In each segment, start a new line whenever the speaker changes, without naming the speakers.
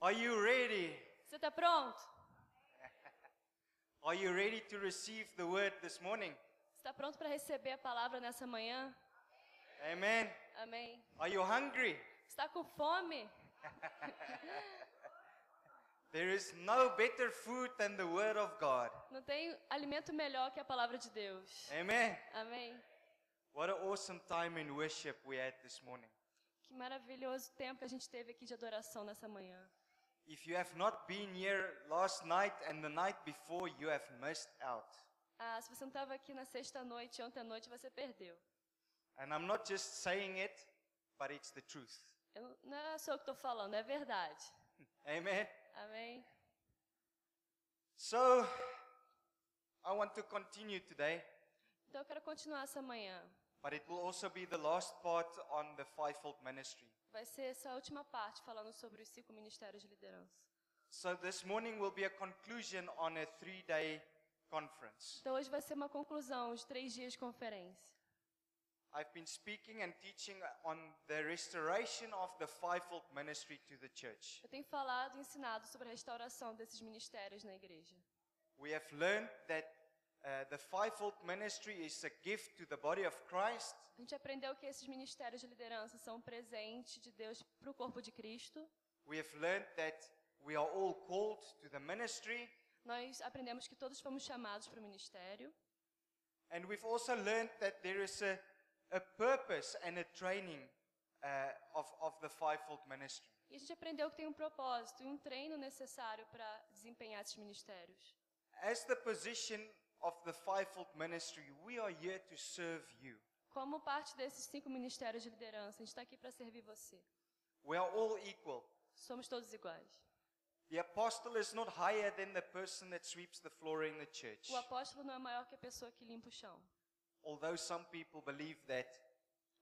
Are you ready?
Você está pronto?
Are you ready to receive the word this morning?
Você está pronto para receber a palavra nessa manhã?
Amen.
Amém.
Are you hungry?
Está com fome?
There is no better food than the word of God.
Não tem alimento melhor que a palavra de Deus.
Amen.
Amém.
What an awesome time in worship we had this morning.
Que maravilhoso tempo que a gente teve aqui de adoração nessa manhã.
If you have not been here last night and the night before, you have missed out.
Ah, se você não estava aqui na sexta-noite, ontem à noite, você perdeu.
And I'm not just saying it, but it's the truth.
Eu, não é só eu que estou falando, é verdade.
Amen.
Amém.
So, I want to continue today,
Então eu quero continuar essa manhã.
but it will also be the last part on the fivefold ministry.
Vai ser essa última parte falando sobre os cinco ministérios de liderança.
So, this morning will be a conclusion on a three day conference.
Então hoje vai ser uma conclusão de três dias de conferência.
I've been speaking and teaching on the restoration of the fivefold ministry to the church.
Eu tenho falado e ensinado sobre a restauração desses ministérios na igreja.
We have learned that uh, the fivefold ministry is a gift to the body of Christ,
A gente aprendeu que esses ministérios de liderança são um presente de Deus para o corpo de Cristo.
We have learned that we are all called to the ministry,
Nós aprendemos que todos fomos chamados para o ministério.
and we've also learned that there is a, a purpose and a training uh, of, of the fivefold ministry.
E a gente aprendeu que tem um propósito e um treino necessário para desempenhar esses ministérios.
As the position of the fivefold ministry, we are here to serve you.
Como parte desses cinco ministérios de liderança, a gente está aqui para servir você.
We are all equal.
Somos todos iguais.
The apostle is not higher than the person that sweeps the floor in the church,
O apóstolo não é maior que a pessoa que limpa o chão.
although some people believe that.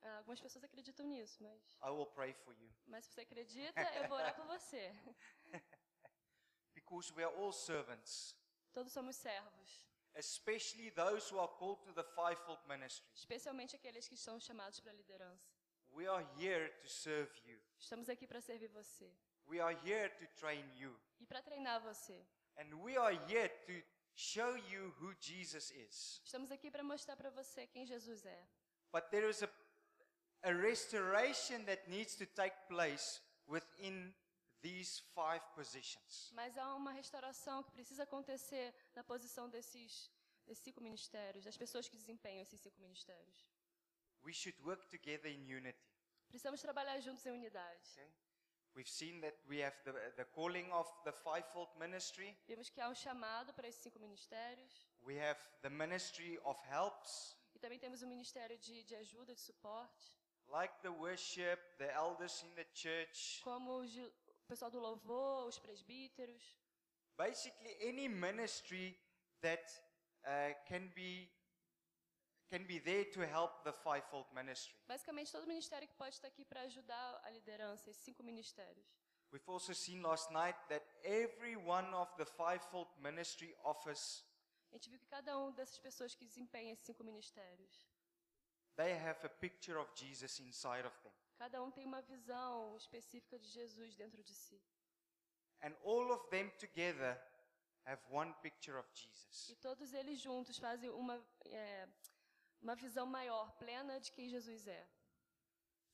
Ah, Algumas pessoas acreditam nisso, mas,
I will pray for you.
mas se você acredita, eu vou orar por você.
Because we are all servants,
Todos somos servos,
especially those who are called to the fivefold ministry.
especialmente aqueles que são chamados para a liderança.
We are here to serve you.
Estamos aqui para servir você
We are here to train you.
e para treinar você.
And we are here to show you who Jesus is.
Estamos aqui para mostrar para você quem Jesus é.
But there is a, a restoration that needs to take place within these five positions.
Mas há uma restauração que precisa acontecer na posição desses, desses cinco ministérios, das pessoas que desempenham esses cinco ministérios.
We should work together in unity.
Precisamos trabalhar juntos em unidade.
Okay? We've seen that we have the, the calling of the fivefold ministry.
Vimos que há um chamado para esses cinco ministérios
We have the ministry of helps,
e também temos um ministério de, de ajuda, de suporte,
like the worship, the elders in the church.
como os de- o pessoal do louvor, os presbíteros,
Basically, any ministry that uh, can be can be there to help the fivefold ministry.
basicamente todo ministério que pode estar aqui para ajudar a liderança, esses cinco ministérios.
We've also seen last night that every one of the fivefold ministry office
A gente viu que cada um dessas pessoas que desempenha esses cinco ministérios,
they have a picture of Jesus inside of them,
cada um tem uma visão específica de Jesus dentro de si.
and all of them together have one picture of Jesus.
E todos eles juntos fazem uma, é, uma visão maior, plena de quem Jesus é.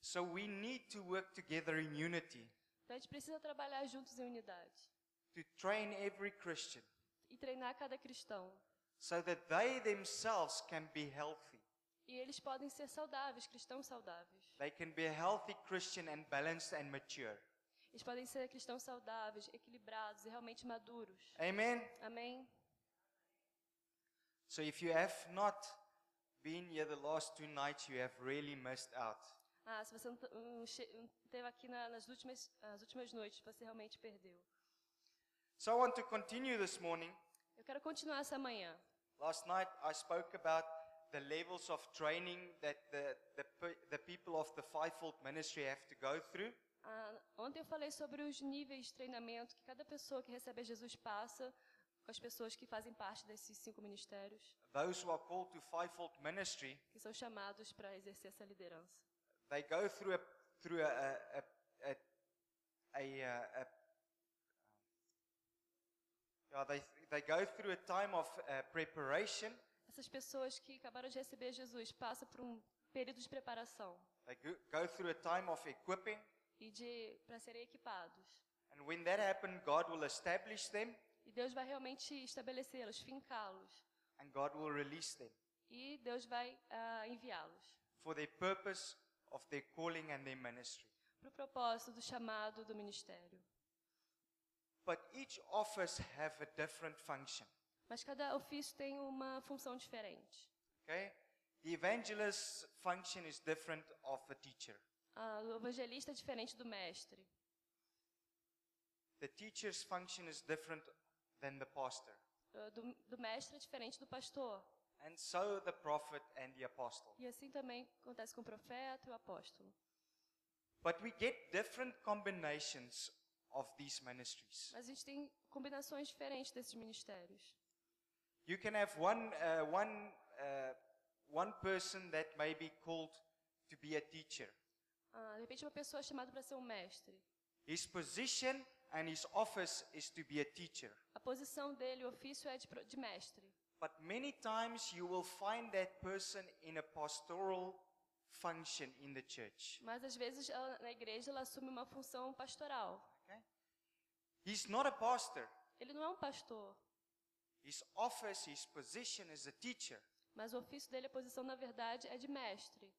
So we need to work together in unity
Então a gente precisa trabalhar juntos em unidade
to train every Christian
e treinar cada cristão.
so that they themselves can be healthy.
E eles podem ser saudáveis, cristãos saudáveis.
They can be a healthy Christian and balanced and mature.
Eles podem ser cristãos saudáveis, equilibrados e realmente maduros.
Amen.
Amém?
So if you have not been here the last two nights, you have really missed out.
Ah, se você não t- não che- não esteve aqui na- nas últimas, as últimas noites, você realmente perdeu.
So I want to continue this morning.
Eu quero continuar essa manhã.
Last night I spoke about the levels of training that the, the, pe- the people of the fivefold ministry have to go through.
Ah, ontem eu falei sobre os níveis de treinamento que cada pessoa que recebe a Jesus passa com as pessoas que fazem parte desses cinco ministérios,
Those who are called to fivefold ministry,
que são chamados para exercer essa liderança.
they go through a, through a, a, a, a, a, uh, a Yeah, they, they go through a time of uh, preparation.
Essas pessoas que acabaram de receber Jesus passam por um período de preparação
They go, go through a time of equipping.
e de para serem equipados.
And when that happens, God will establish them
E Deus vai realmente estabelecê-los, fincá-los.
and God will release them
E Deus vai ah, enviá-los
for their purpose of their calling and their ministry.
para o propósito do chamado do ministério.
But each office have a different function.
Mas cada ofício tem uma função diferente.
Okay? The evangelist's function is different of the teacher.
Ah, o evangelista é diferente do mestre.
The teacher's function is different than the pastor.
Ah, Do, do mestre é diferente do pastor.
And so the prophet and the apostle.
E assim também acontece com o profeta e o apóstolo.
But we get different combinations of these ministries.
Mas a gente tem combinações diferentes desses ministérios.
You can have one, uh, one, uh, one person that may be called to be a teacher.
Ah, de repente, uma pessoa é chamada para ser um mestre.
His position and his office is to be a teacher.
A posição dele, o ofício é de, pro- de mestre.
But many times you will find that person in a pastoral function in the church.
Mas às vezes ela, na igreja ela assume uma função pastoral.
Okay? He's not a pastor.
Ele não é um pastor,
His office, his position is a teacher.
mas o ofício dele, a posição na verdade é de mestre.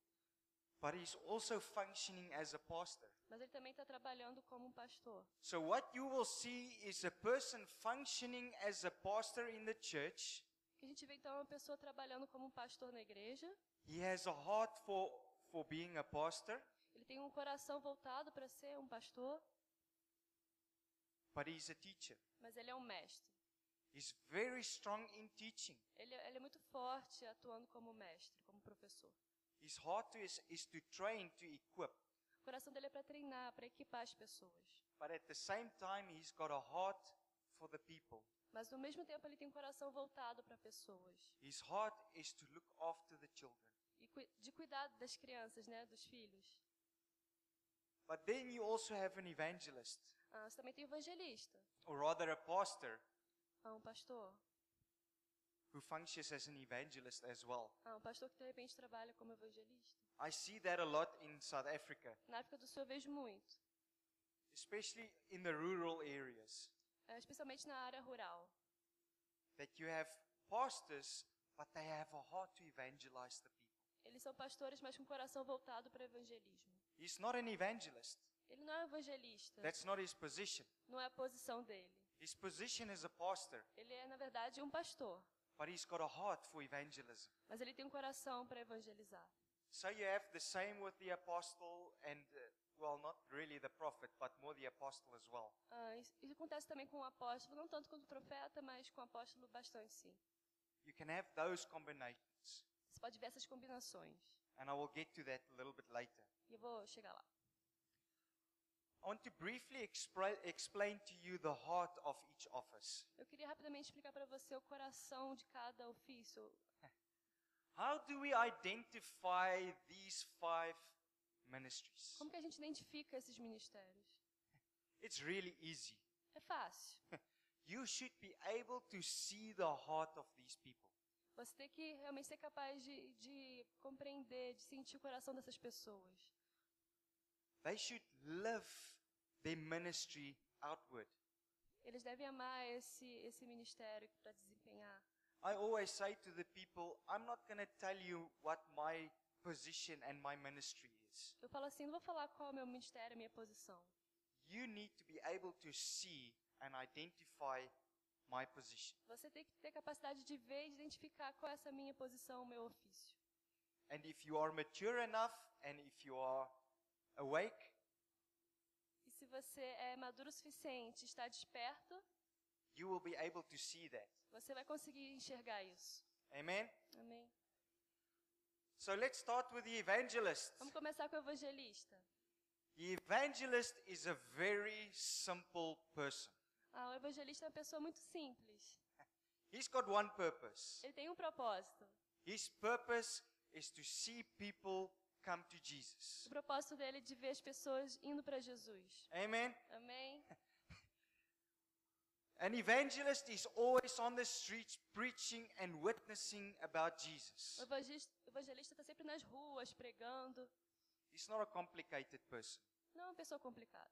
But he's also functioning as a pastor.
Mas ele também está trabalhando como um pastor.
So what you will see is a person functioning as a pastor in the church.
O que a gente vê então é uma pessoa trabalhando como um pastor na igreja.
He has a heart for for being a pastor,
Ele tem um coração voltado para ser um pastor,
but he's a teacher.
mas ele é um mestre.
He's very strong in teaching.
Ele, ele é muito forte atuando como mestre, como professor.
His heart is is to train, to equip.
O coração dele é para treinar, para equipar as pessoas.
But at the same time, he's got a heart for the people.
Mas ao mesmo tempo ele tem um coração voltado para pessoas
His heart is to look after the children.
e cui- de cuidado das crianças, né, dos filhos.
But then you also have an evangelist,
Ah, você também tem o evangelista,
or rather a pastor,
ah, um pastor,
who functions as an evangelist as well.
ah, um pastor que de repente trabalha como evangelista.
I see that a lot in South Africa,
Na África do Sul eu vejo muito,
especially in the rural areas,
ah, especialmente na área rural.
that you have pastors, but they have a heart to evangelize the people.
Eles são pastores, mas com o coração voltado para o evangelismo.
He's not an evangelist.
Ele não é um evangelista,
That's not his position.
não é a posição dele.
His position is a pastor,
Ele é, na verdade, um pastor,
but he's got a heart for evangelism.
mas ele tem um coração para evangelizar.
So you have the same with the apostle and, uh, well, not really the prophet, but more the apostle as well.
Ah, isso isso acontece também com o apóstolo, não tanto com o profeta, mas com o apóstolo bastante sim.
You can have those combinations.
Você pode ver essas combinações.
And I will get to that a little bit later.
E eu vou chegar lá.
I want to briefly expri- explain to you the heart of each office.
Eu queria rapidamente explicar para você o coração de cada ofício.
How do we identify these five ministries?
Como que a gente identifica esses ministérios?
It's really easy.
É fácil.
You should be able to see the heart of these people.
Você tem que realmente ser capaz de, de compreender, de sentir o coração dessas pessoas.
They should live their ministry outward.
Eles devem amar esse, esse ministério para desempenhar.
I always say to the people, I'm not going to tell you what my position and my ministry is.
Eu falo assim, não vou falar qual é o meu ministério, a minha posição.
You need to be able to see and identify my position.
Você tem que ter capacidade de ver e de identificar qual é essa minha posição, o meu ofício.
And if you are mature enough and if you are awake,
E se você é maduro o suficiente, está desperto,
you will be able to see that.
você vai conseguir enxergar isso.
Amen.
Amém?
So let's start with the evangelist.
Vamos começar com o evangelista.
The evangelist is a very simple person.
Ah, o evangelista é uma pessoa muito simples.
He's got one purpose.
Ele tem um propósito.
His purpose is to see people come to
O
Jesus.
propósito dele é de ver as pessoas indo para Jesus.
Amen.
Amém?
An evangelist is always on the streets preaching and witnessing about Jesus.
O evangelis- evangelista está sempre nas ruas, pregando.
He's not a complicated person.
Não é uma pessoa complicada.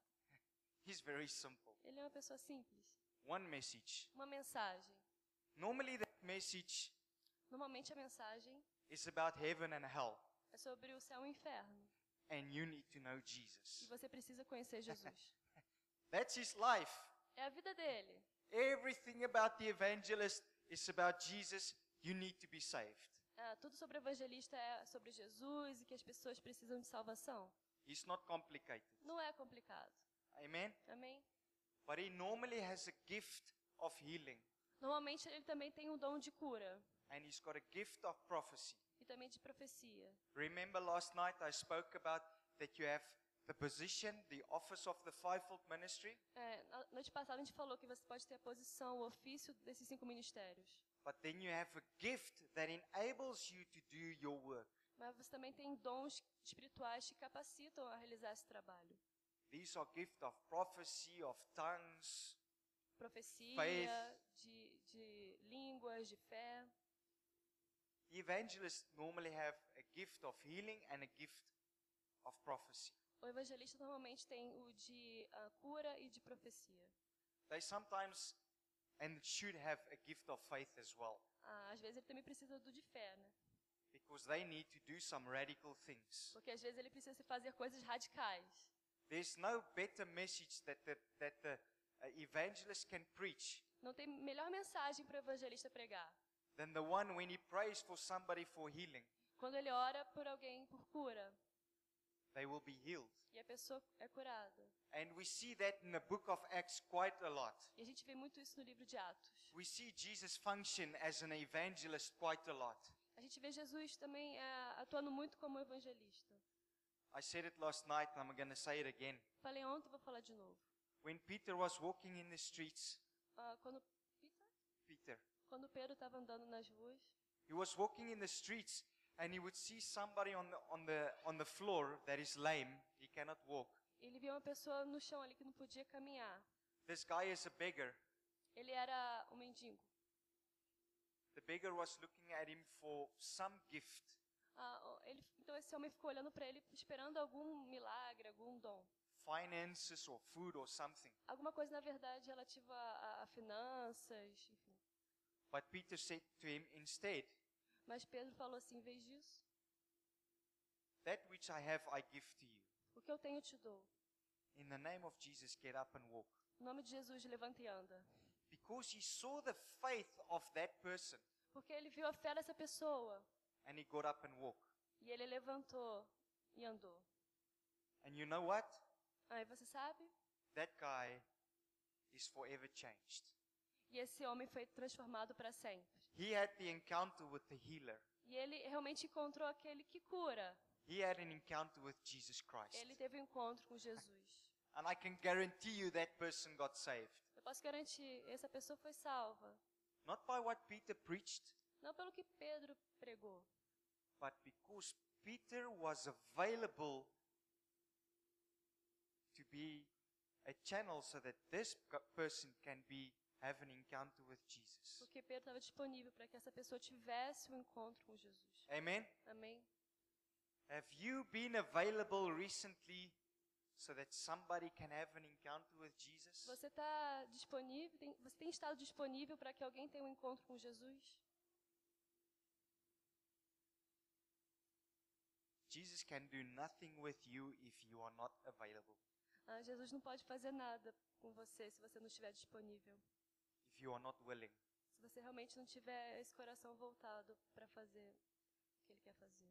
He's very simple.
Ele é uma pessoa simples.
One message.
Uma mensagem.
Normally, that message
Normalmente a mensagem
is about heaven and hell,
é sobre o céu e o inferno.
and you need to know
E
Jesus.
você precisa conhecer Jesus.
That's his life.
É a vida dele.
Everything about the evangelist is about Jesus. You need to be saved.
Ah, tudo sobre o evangelista é sobre Jesus e que as pessoas precisam de salvação.
He's not complicated.
Não é complicado.
Amen.
Amém?
But he normally has a gift of healing,
Normalmente ele também tem um dom de cura
and he's got a gift of prophecy.
e também de profecia.
Remember last night I spoke about that you have the position, the office of the fivefold ministry,
É, na noite passada a gente falou que você pode ter a posição, o ofício desses cinco ministérios.
but then you have a gift that enables you to do your work.
Mas você também tem dons espirituais que capacitam a realizar esse trabalho.
These are gift of prophecy, of tongues,
Profecia,
Faith.
de, de línguas, de fé.
The evangelists normally have a gift of healing and a gift of prophecy.
O evangelista normalmente tem o de ah, cura e de profecia.
They sometimes and should have a gift of faith as well
Ah, às vezes ele também precisa do de fé, né?
because they need to do some radical things.
Porque às vezes ele precisa se fazer coisas radicais.
There's no better message that the, that the uh, evangelist can preach
Não tem melhor mensagem para o evangelista pregar.
than the one when he prays for somebody for healing.
Quando ele ora por alguém por cura
They will be healed.
e a pessoa é curada.
And we see that in the book of Acts quite a lot.
E a gente vê muito isso no livro de Atos.
We see Jesus function as an evangelist quite a lot.
A gente vê Jesus também eh, atuando muito como evangelista.
I said it last night, and I'm going to say it again.
Falei ontem, vou falar de novo.
When Peter was walking in the streets,
Ah, quando Peter,
Peter,
quando Pedro estava andando nas ruas,
he was walking in the streets and he would see somebody on the, on the, on the floor that is lame. He cannot walk.
ele viu uma pessoa no chão ali que não podia caminhar.
This guy is a beggar.
Ele era um mendigo.
The beggar was looking at him for some gift.
Ah, o- ele, então esse homem ficou olhando para ele, esperando algum milagre, algum dom,
Finances or food or something.
alguma coisa na verdade relativa a, a finanças, enfim.
But Peter said to him, Instead,
Mas Pedro falou assim: em vez disso,
that which I have I give to you.
o que eu tenho eu te dou.
In the name of Jesus, get up and walk.
Em nome de Jesus, levanta e anda.
Because he saw the faith of that person
Porque ele viu a fé dessa pessoa
and he got up and walked.
e ele levantou e andou.
And you know what?
Aí você sabe?
That guy is forever changed.
E esse homem foi transformado para sempre.
He had the encounter with the healer.
E ele realmente encontrou aquele que cura.
He had an encounter with Jesus Christ.
Ele teve um encontro com Jesus.
And I can guarantee you that person got saved.
Eu posso garantir, essa pessoa foi salva.
Not by what Peter preached,
Não pelo que Pedro pregou,
but because Peter was available to be a channel so that this co- person can be have an encounter with Jesus.
porque Pedro estava disponível para que essa pessoa tivesse um encontro com Jesus.
Amen.
Amém?
Have you been available recently so that somebody can have an encounter with Jesus?
Você está disponível? Tem, você tem estado disponível para que alguém tenha um encontro com Jesus?
Jesus can do nothing with you if you are not available,
Ah, Jesus não pode fazer nada com você se você não estiver disponível.
if you are not willing.
Se você realmente não tiver esse coração voltado para fazer o que ele quer fazer.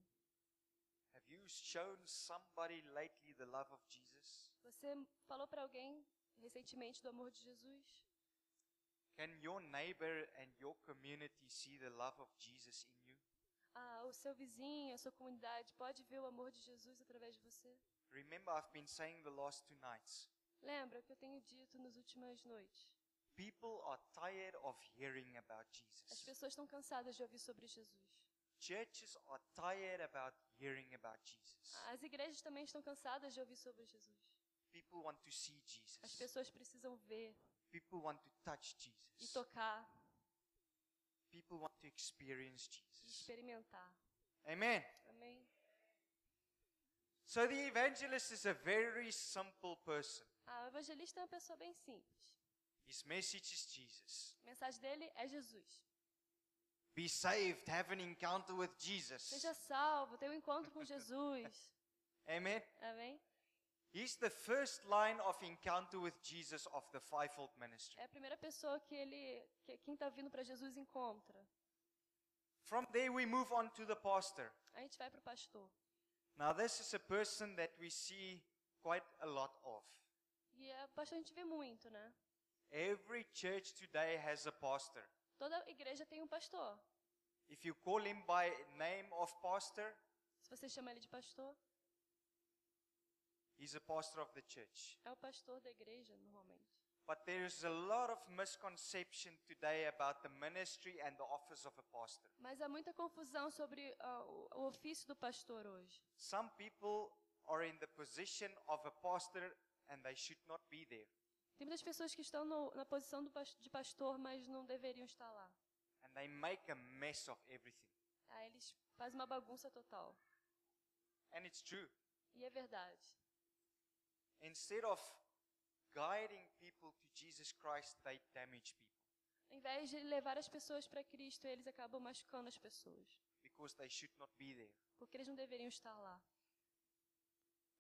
Have you shown somebody lately the love of Jesus?
Você falou para alguém recentemente do amor de Jesus?
Can your neighbor and your community see the love of Jesus in you?
Ah, o seu vizinho, a sua comunidade pode ver o amor de Jesus através de você?
Remember, I've been saying the last two nights
Lembra o que eu tenho dito nas últimas noites?
people are tired of hearing about
As
Jesus,
pessoas estão cansadas de ouvir sobre Jesus.
churches are tired about hearing about Jesus.
As igrejas também estão cansadas de ouvir sobre Jesus.
People want to see
As
Jesus,
pessoas precisam ver.
People want to touch
e
Jesus.
tocar
People want to experience
e
Jesus.
experimentar.
Amen.
Amém?
So the evangelist is a very simple person.
Ah, o evangelista é uma pessoa bem simples.
His message is Jesus.
A mensagem dele é Jesus.
Be saved, have an encounter with Jesus.
Seja salvo, tenha um encontro com Jesus.
Amen.
Amém?
He's the first line of encounter with Jesus of the fivefold ministry.
É a primeira pessoa que ele, que quem está vindo para Jesus encontra.
From there, we move on to the pastor.
A gente vai para o pastor.
Now, this is a person that we see quite a lot of.
E é, o pastor a gente vê muito, né?
Every church today has a pastor.
Toda igreja tem um pastor.
If you call him by name of pastor,
Se você chama ele de pastor,
he's a pastor of the church.
é o pastor da igreja, normalmente.
But there is a lot of misconception today about the ministry and the office of a pastor.
Mas há muita confusão sobre ah, o- o ofício do pastor hoje.
Some people are in the position of a pastor and they should not be there.
Tem muitas pessoas que estão no- na posição do pas- de pastor, mas não deveriam estar lá.
And they make a mess of everything.
Aí eles fazem uma bagunça total.
And it's true.
E é verdade.
Instead of guiding people to Jesus Christ, they damage people
Ao invés de levar as pessoas para Cristo, eles acabam machucando as pessoas.
because they should not be there.
Porque eles não deveriam estar lá.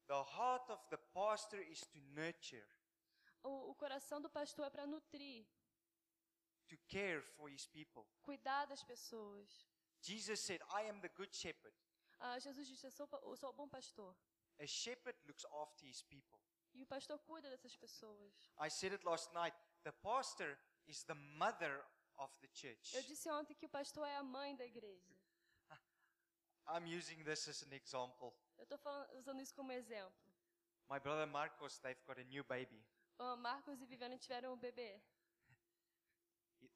The heart of the pastor is to nurture,
O, o coração do pastor é para nutrir,
to care for his people.
cuidar das pessoas.
Jesus said, I am the good shepherd.
Ah, Jesus disse: eu sou, o pa- eu sou o bom pastor.
A shepherd looks after his people.
E o pastor cuida dessas pessoas.
I said it last night. The pastor is the mother of the
Eu
church.
disse ontem que o pastor é a mãe da igreja.
I'm using this as an example.
Eu estou usando isso como exemplo.
My brother Marcos, they've got a new baby.
Ah, Marcos e Viviane tiveram um bebê.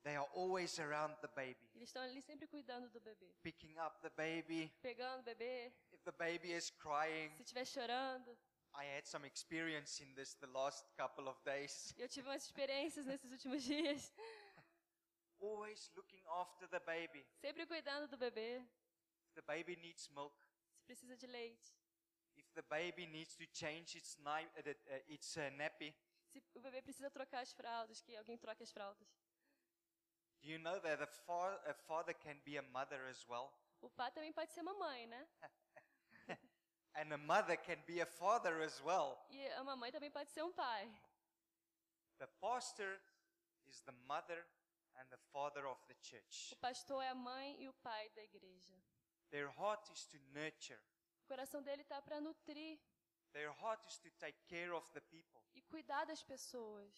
They are always around the baby,
Eles estão ali sempre cuidando do bebê.
picking up the baby.
Pegando o bebê,
If the baby is crying,
se estiver chorando.
I had some experience in this the last couple of days.
E Eu tive umas experiências nesses últimos dias.
Always looking after the baby.
Sempre cuidando do bebê.
If the baby needs milk,
Se precisa de leite.
if the baby needs to change its, ni- uh, the- uh, its uh, nappy,
Se o bebê precisa trocar as fraldas, que alguém troque as fraldas.
do you know that a, fa- a father can be a mother as well?
O pai também pode ser mamãe, né?
And a mother can be a father as well.
E a mamãe também pode ser um pai.
The pastor is the mother and the father of the church.
O pastor é a mãe e o pai da igreja.
Their heart is to nurture.
O coração dele tá para nutrir
Their heart is to take care of the people.
e cuidar das pessoas.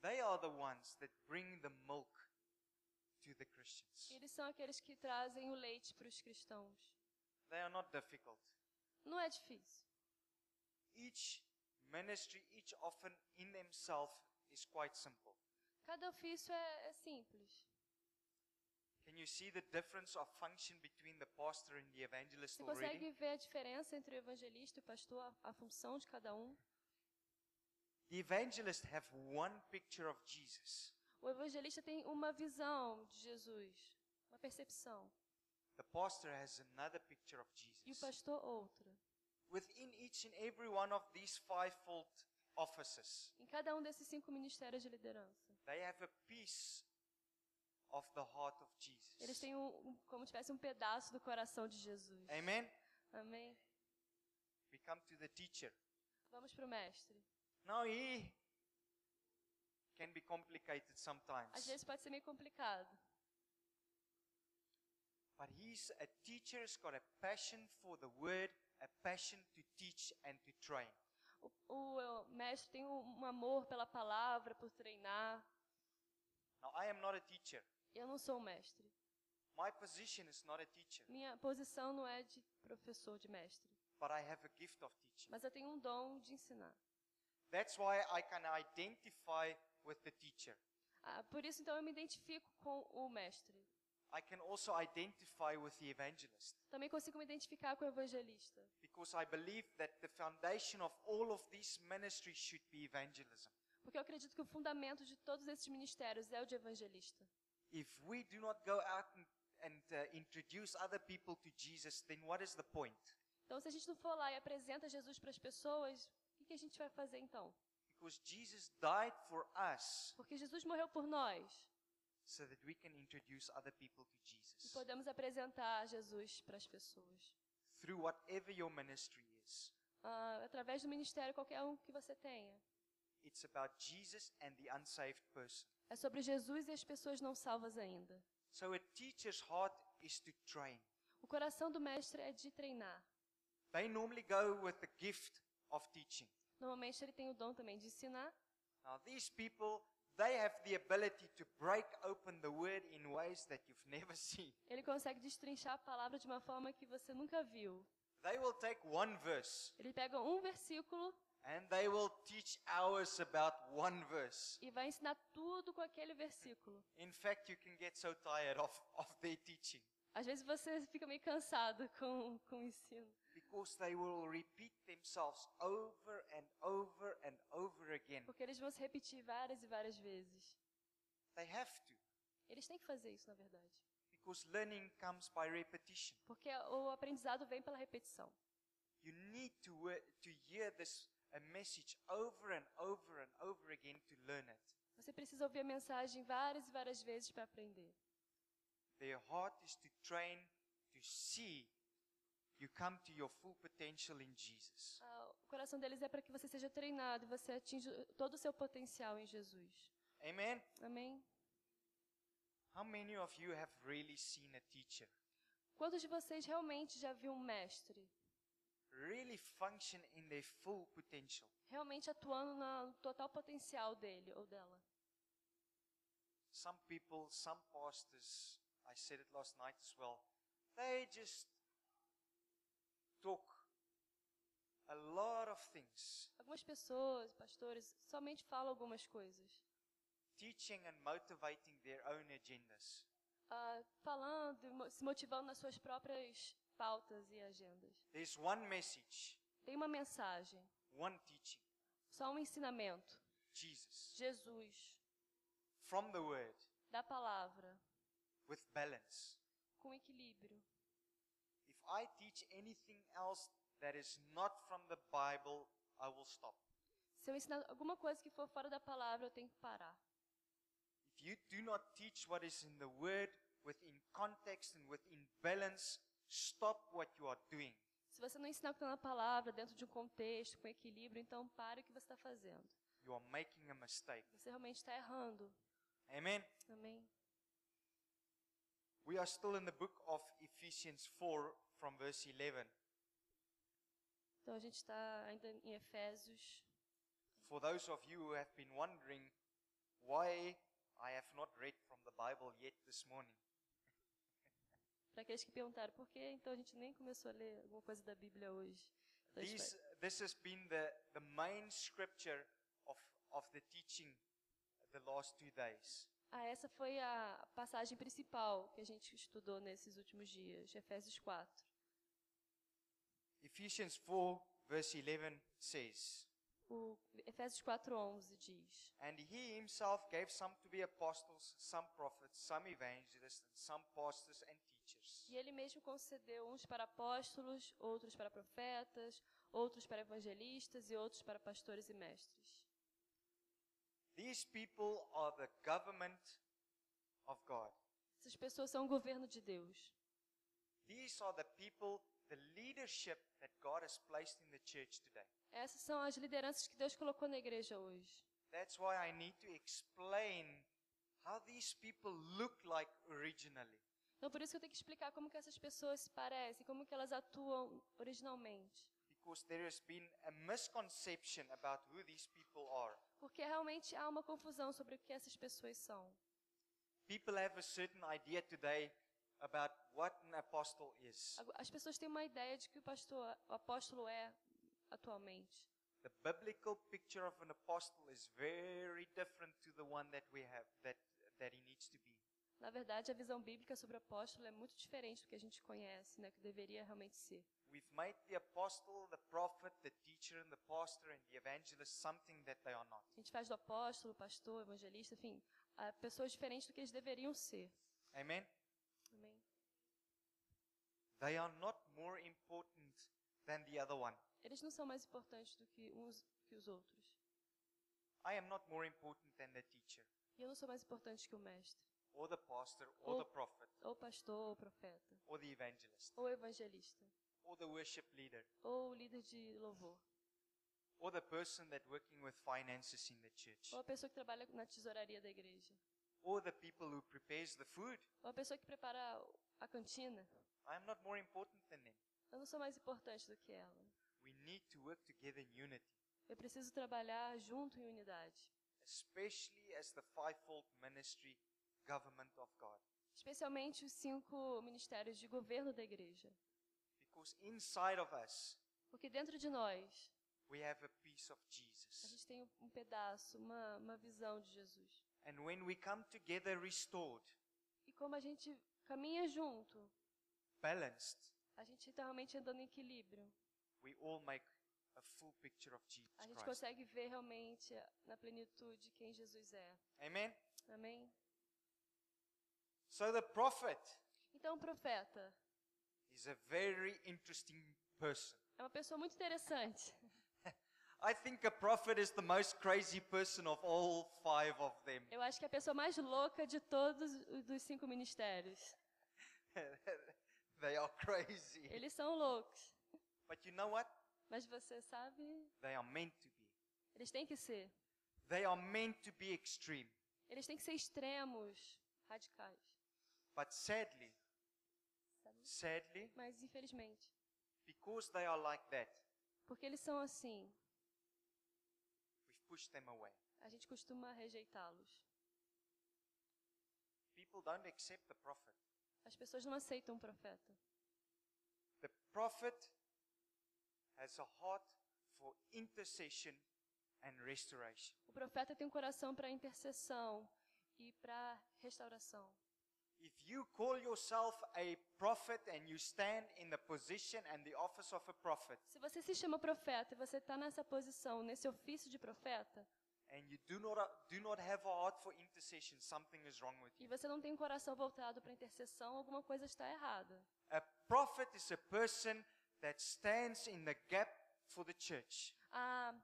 They are the ones that bring the milk to the Christians.
Eles são aqueles que trazem o leite para os cristãos.
They are not difficult.
Não é difícil.
Each ministry, each often in themselves, is quite simple.
Cada ofício é, é simples.
Can you see the difference of function between the pastor and the evangelist
Você
already?
consegue ver a diferença entre o evangelista e o pastor, a, a função de cada um?
The evangelists have one picture of Jesus.
O evangelista tem uma visão de Jesus, uma percepção,
The pastor has another picture of
e o
Jesus.
pastor outra.
Within each and every one of these fivefold offices,
Em cada um desses cinco ministérios de liderança,
they have a piece of the heart of
eles
Jesus.
têm um, um- como tivesse um pedaço do coração de Jesus.
Amen.
Amém?
We come to the teacher.
Vamos para o mestre.
Now he can be complicated
Às
sometimes,
vezes pode ser meio complicado,
but he's a teacher. He's got a passion for the word, a passion to teach and to train.
O, o- o mestre tem um, um amor pela palavra, por treinar.
Now I am not a teacher.
Eu não sou um mestre.
My position is not a teacher,
Minha posição não é de professor, de mestre.
but I have a gift of teaching.
Mas eu tenho um dom de ensinar.
That's why I can identify with the teacher.
Ah, por isso, então, eu me identifico com o mestre.
I can also identify with the evangelist
Também consigo me identificar com o evangelista.
because I believe that the foundation of all of these ministries should be evangelism.
Porque eu acredito que o fundamento de todos esses ministérios é o de evangelista.
If we do not go out and, and uh, introduce other people to Jesus, then what is the point?
Então, se a gente não for lá e apresenta Jesus para as pessoas, o que que a gente vai fazer então?
Because Jesus died for us
Porque Jesus morreu por nós
so that we can introduce other people to
e
Jesus
podemos apresentar Jesus para as pessoas.
through whatever your ministry is.
Ah, através do ministério, qualquer um que você tenha.
It's about Jesus and the unsaved person.
É sobre Jesus e as pessoas não salvas ainda.
So a teacher's heart is to train.
O coração do mestre é de treinar.
They normally go with the gift of teaching.
Normalmente ele tem o dom também de ensinar.
Now these people, they have the ability to break open the word in ways that you've never seen.
Ele consegue destrinchar a palavra de uma forma que você nunca viu.
They will take one verse
Ele pega um versículo
and they will teach hours about one verse.
e vai ensinar tudo com aquele versículo.
In fact, you can get so tired of, of their teaching
Às vezes você fica meio cansado com, com o ensino.
because they will repeat themselves over and over and over again.
Porque eles vão se repetir várias e várias vezes.
They have to
Eles têm que fazer isso, na verdade.
because learning comes by repetition.
Porque o aprendizado vem pela repetição.
You need to, wo- to hear this a message over and over and over again to learn it.
Você precisa ouvir a mensagem várias e várias vezes para aprender.
Their heart is to train to see you come to your full potential in Jesus.
Ah, O coração deles é para que você seja treinado e você atinja todo o seu potencial em Jesus.
Amen.
Amém?
How many of you have really seen a teacher
Quantos de vocês realmente já viu um mestre
really function in their full potential?
realmente atuando na- no total potencial dele ou dela?
Some people, some pastors, I said it last night as well, they just talk a lot of things.
Algumas pessoas, pastores, somente falam algumas coisas,
teaching and motivating their own agendas.
Ah, falando, e mo- se motivando nas suas próprias pautas e agendas.
There's one message,
Tem uma mensagem,
one teaching
só um ensinamento:
Jesus
Jesus,
from the Word
da palavra,
with balance.
com equilíbrio.
If I teach anything else that is not from the Bible, I will stop.
Se eu ensinar alguma coisa que for fora da palavra, eu tenho que parar.
If you do not teach what is in the Word within context and within balance, stop what you are doing.
Se você não ensinar o que está na palavra, dentro de um contexto, com equilíbrio, então pare o que você está fazendo.
You are making a mistake.
Você realmente está errando.
Amen.
Amém?
We are still in the book of Ephesians 4 from verse 11.
Então a gente está ainda em Efésios.
For those of you who have been wondering why I have not read from the Bible yet this morning,
Para aqueles que perguntaram por que, então a gente nem começou a ler alguma coisa da Bíblia hoje. Então, a gente
these,
vai-
this has been the, the main scripture of, of the teaching the last two days.
ah, essa foi a passagem principal que a gente estudou nesses últimos dias, Efésios 4.
Ephesians 4, verse 11 says,
O Efésios 4:11 diz:
And he himself gave some to be apostles, some prophets, some evangelists, and some pastors and teachers.
E ele mesmo concedeu uns para apóstolos, outros para profetas, outros para evangelistas e outros para pastores e mestres.
These people are the government of God.
Essas pessoas são o governo de Deus.
These are the people, the leadership that God has placed in the church today.
Essas são as lideranças que Deus colocou na igreja hoje.
That's why I need to explain how these people look like originally.
Então, por isso que eu tenho que explicar como que essas pessoas se parecem, como que elas atuam originalmente.
Because there has been a misconception about who these people are.
Porque realmente há uma confusão sobre o que essas pessoas são.
People have a certain idea today about what an apostle is.
Agu- As pessoas têm uma ideia de que o, pastor, o apóstolo é atualmente.
The biblical picture of an apostle is very different to the one that we have that that he needs to be.
Na verdade, a visão bíblica sobre o apóstolo é muito diferente do que a gente conhece, né, que deveria realmente ser.
We've made the apostle, the prophet, the teacher, and the pastor and the evangelist something that they are not.
A gente faz do apóstolo, pastor, evangelista, enfim, a pessoas diferentes do que eles deveriam ser.
Amen.
Amém?
They are not more important than the other one.
Eles não são mais importantes do que uns que os outros.
I am not more important than the teacher
E eu não sou mais importante que o mestre,
or the pastor or
Oh.
the prophet
ou pastor, ou profeta,
or the evangelist
ou evangelista,
or the worship leader
ou líder de louvor,
or the person that working with finances in the church
ou a pessoa que trabalha na tesouraria da igreja,
or the people who prepares the food.
ou a pessoa que prepara a cantina.
I am not more important than them.
Eu não sou mais importante do que ela.
We need to work together in unity,
Eu preciso trabalhar junto em unidade,
especially as the fivefold ministry government of God.
especialmente os cinco ministérios de governo da igreja,
Because inside of us,
porque dentro de nós
we have a piece of
a
Jesus.
gente tem um pedaço, uma, uma visão de Jesus.
And when we come together restored,
E como a gente caminha junto,
balanced,
a gente está realmente andando em equilíbrio.
we all make a full picture of Jesus
A gente
Christ.
consegue ver realmente na plenitude quem Jesus é.
Amen.
Amém?
So the prophet
Então, o profeta
is a very interesting person.
é uma pessoa muito interessante.
I think a prophet is the most crazy person of all five of them.
Eu acho que é a pessoa mais louca de todos os dos cinco ministérios.
they are crazy.
Eles são loucos,
But you know what?
mas você sabe,
They are meant to be.
eles têm que ser.
They are meant to be extreme.
Eles têm que ser extremos, radicais.
But sadly,
sabe?
sadly,
Mas infelizmente,
because they are like that,
porque eles são assim,
we've pushed them away.
a gente costuma rejeitá-los.
People don't accept the prophet.
As pessoas não aceitam o profeta.
The prophet has a heart for intercession and restoration.
O profeta tem um coração para intercessão e para restauração.
If you call yourself a prophet and you stand in the position and the office of a prophet
Se você se chama profeta e você está nessa posição, nesse ofício de profeta,
and you do not do not have a heart for intercession, something is wrong with
e
you.
você não tem um coração voltado para intercessão, alguma coisa está errada.
A prophet is a person that stands in the gap for the church.
A-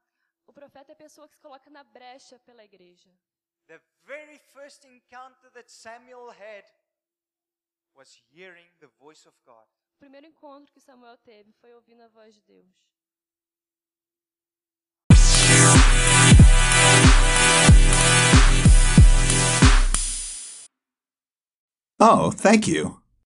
o profeta é a pessoa que se coloca na brecha pela igreja.
The very first encounter that Samuel had was hearing the voice of God.
O primeiro encontro que Samuel teve foi ouvindo a voz de Deus.
Oh, thank you.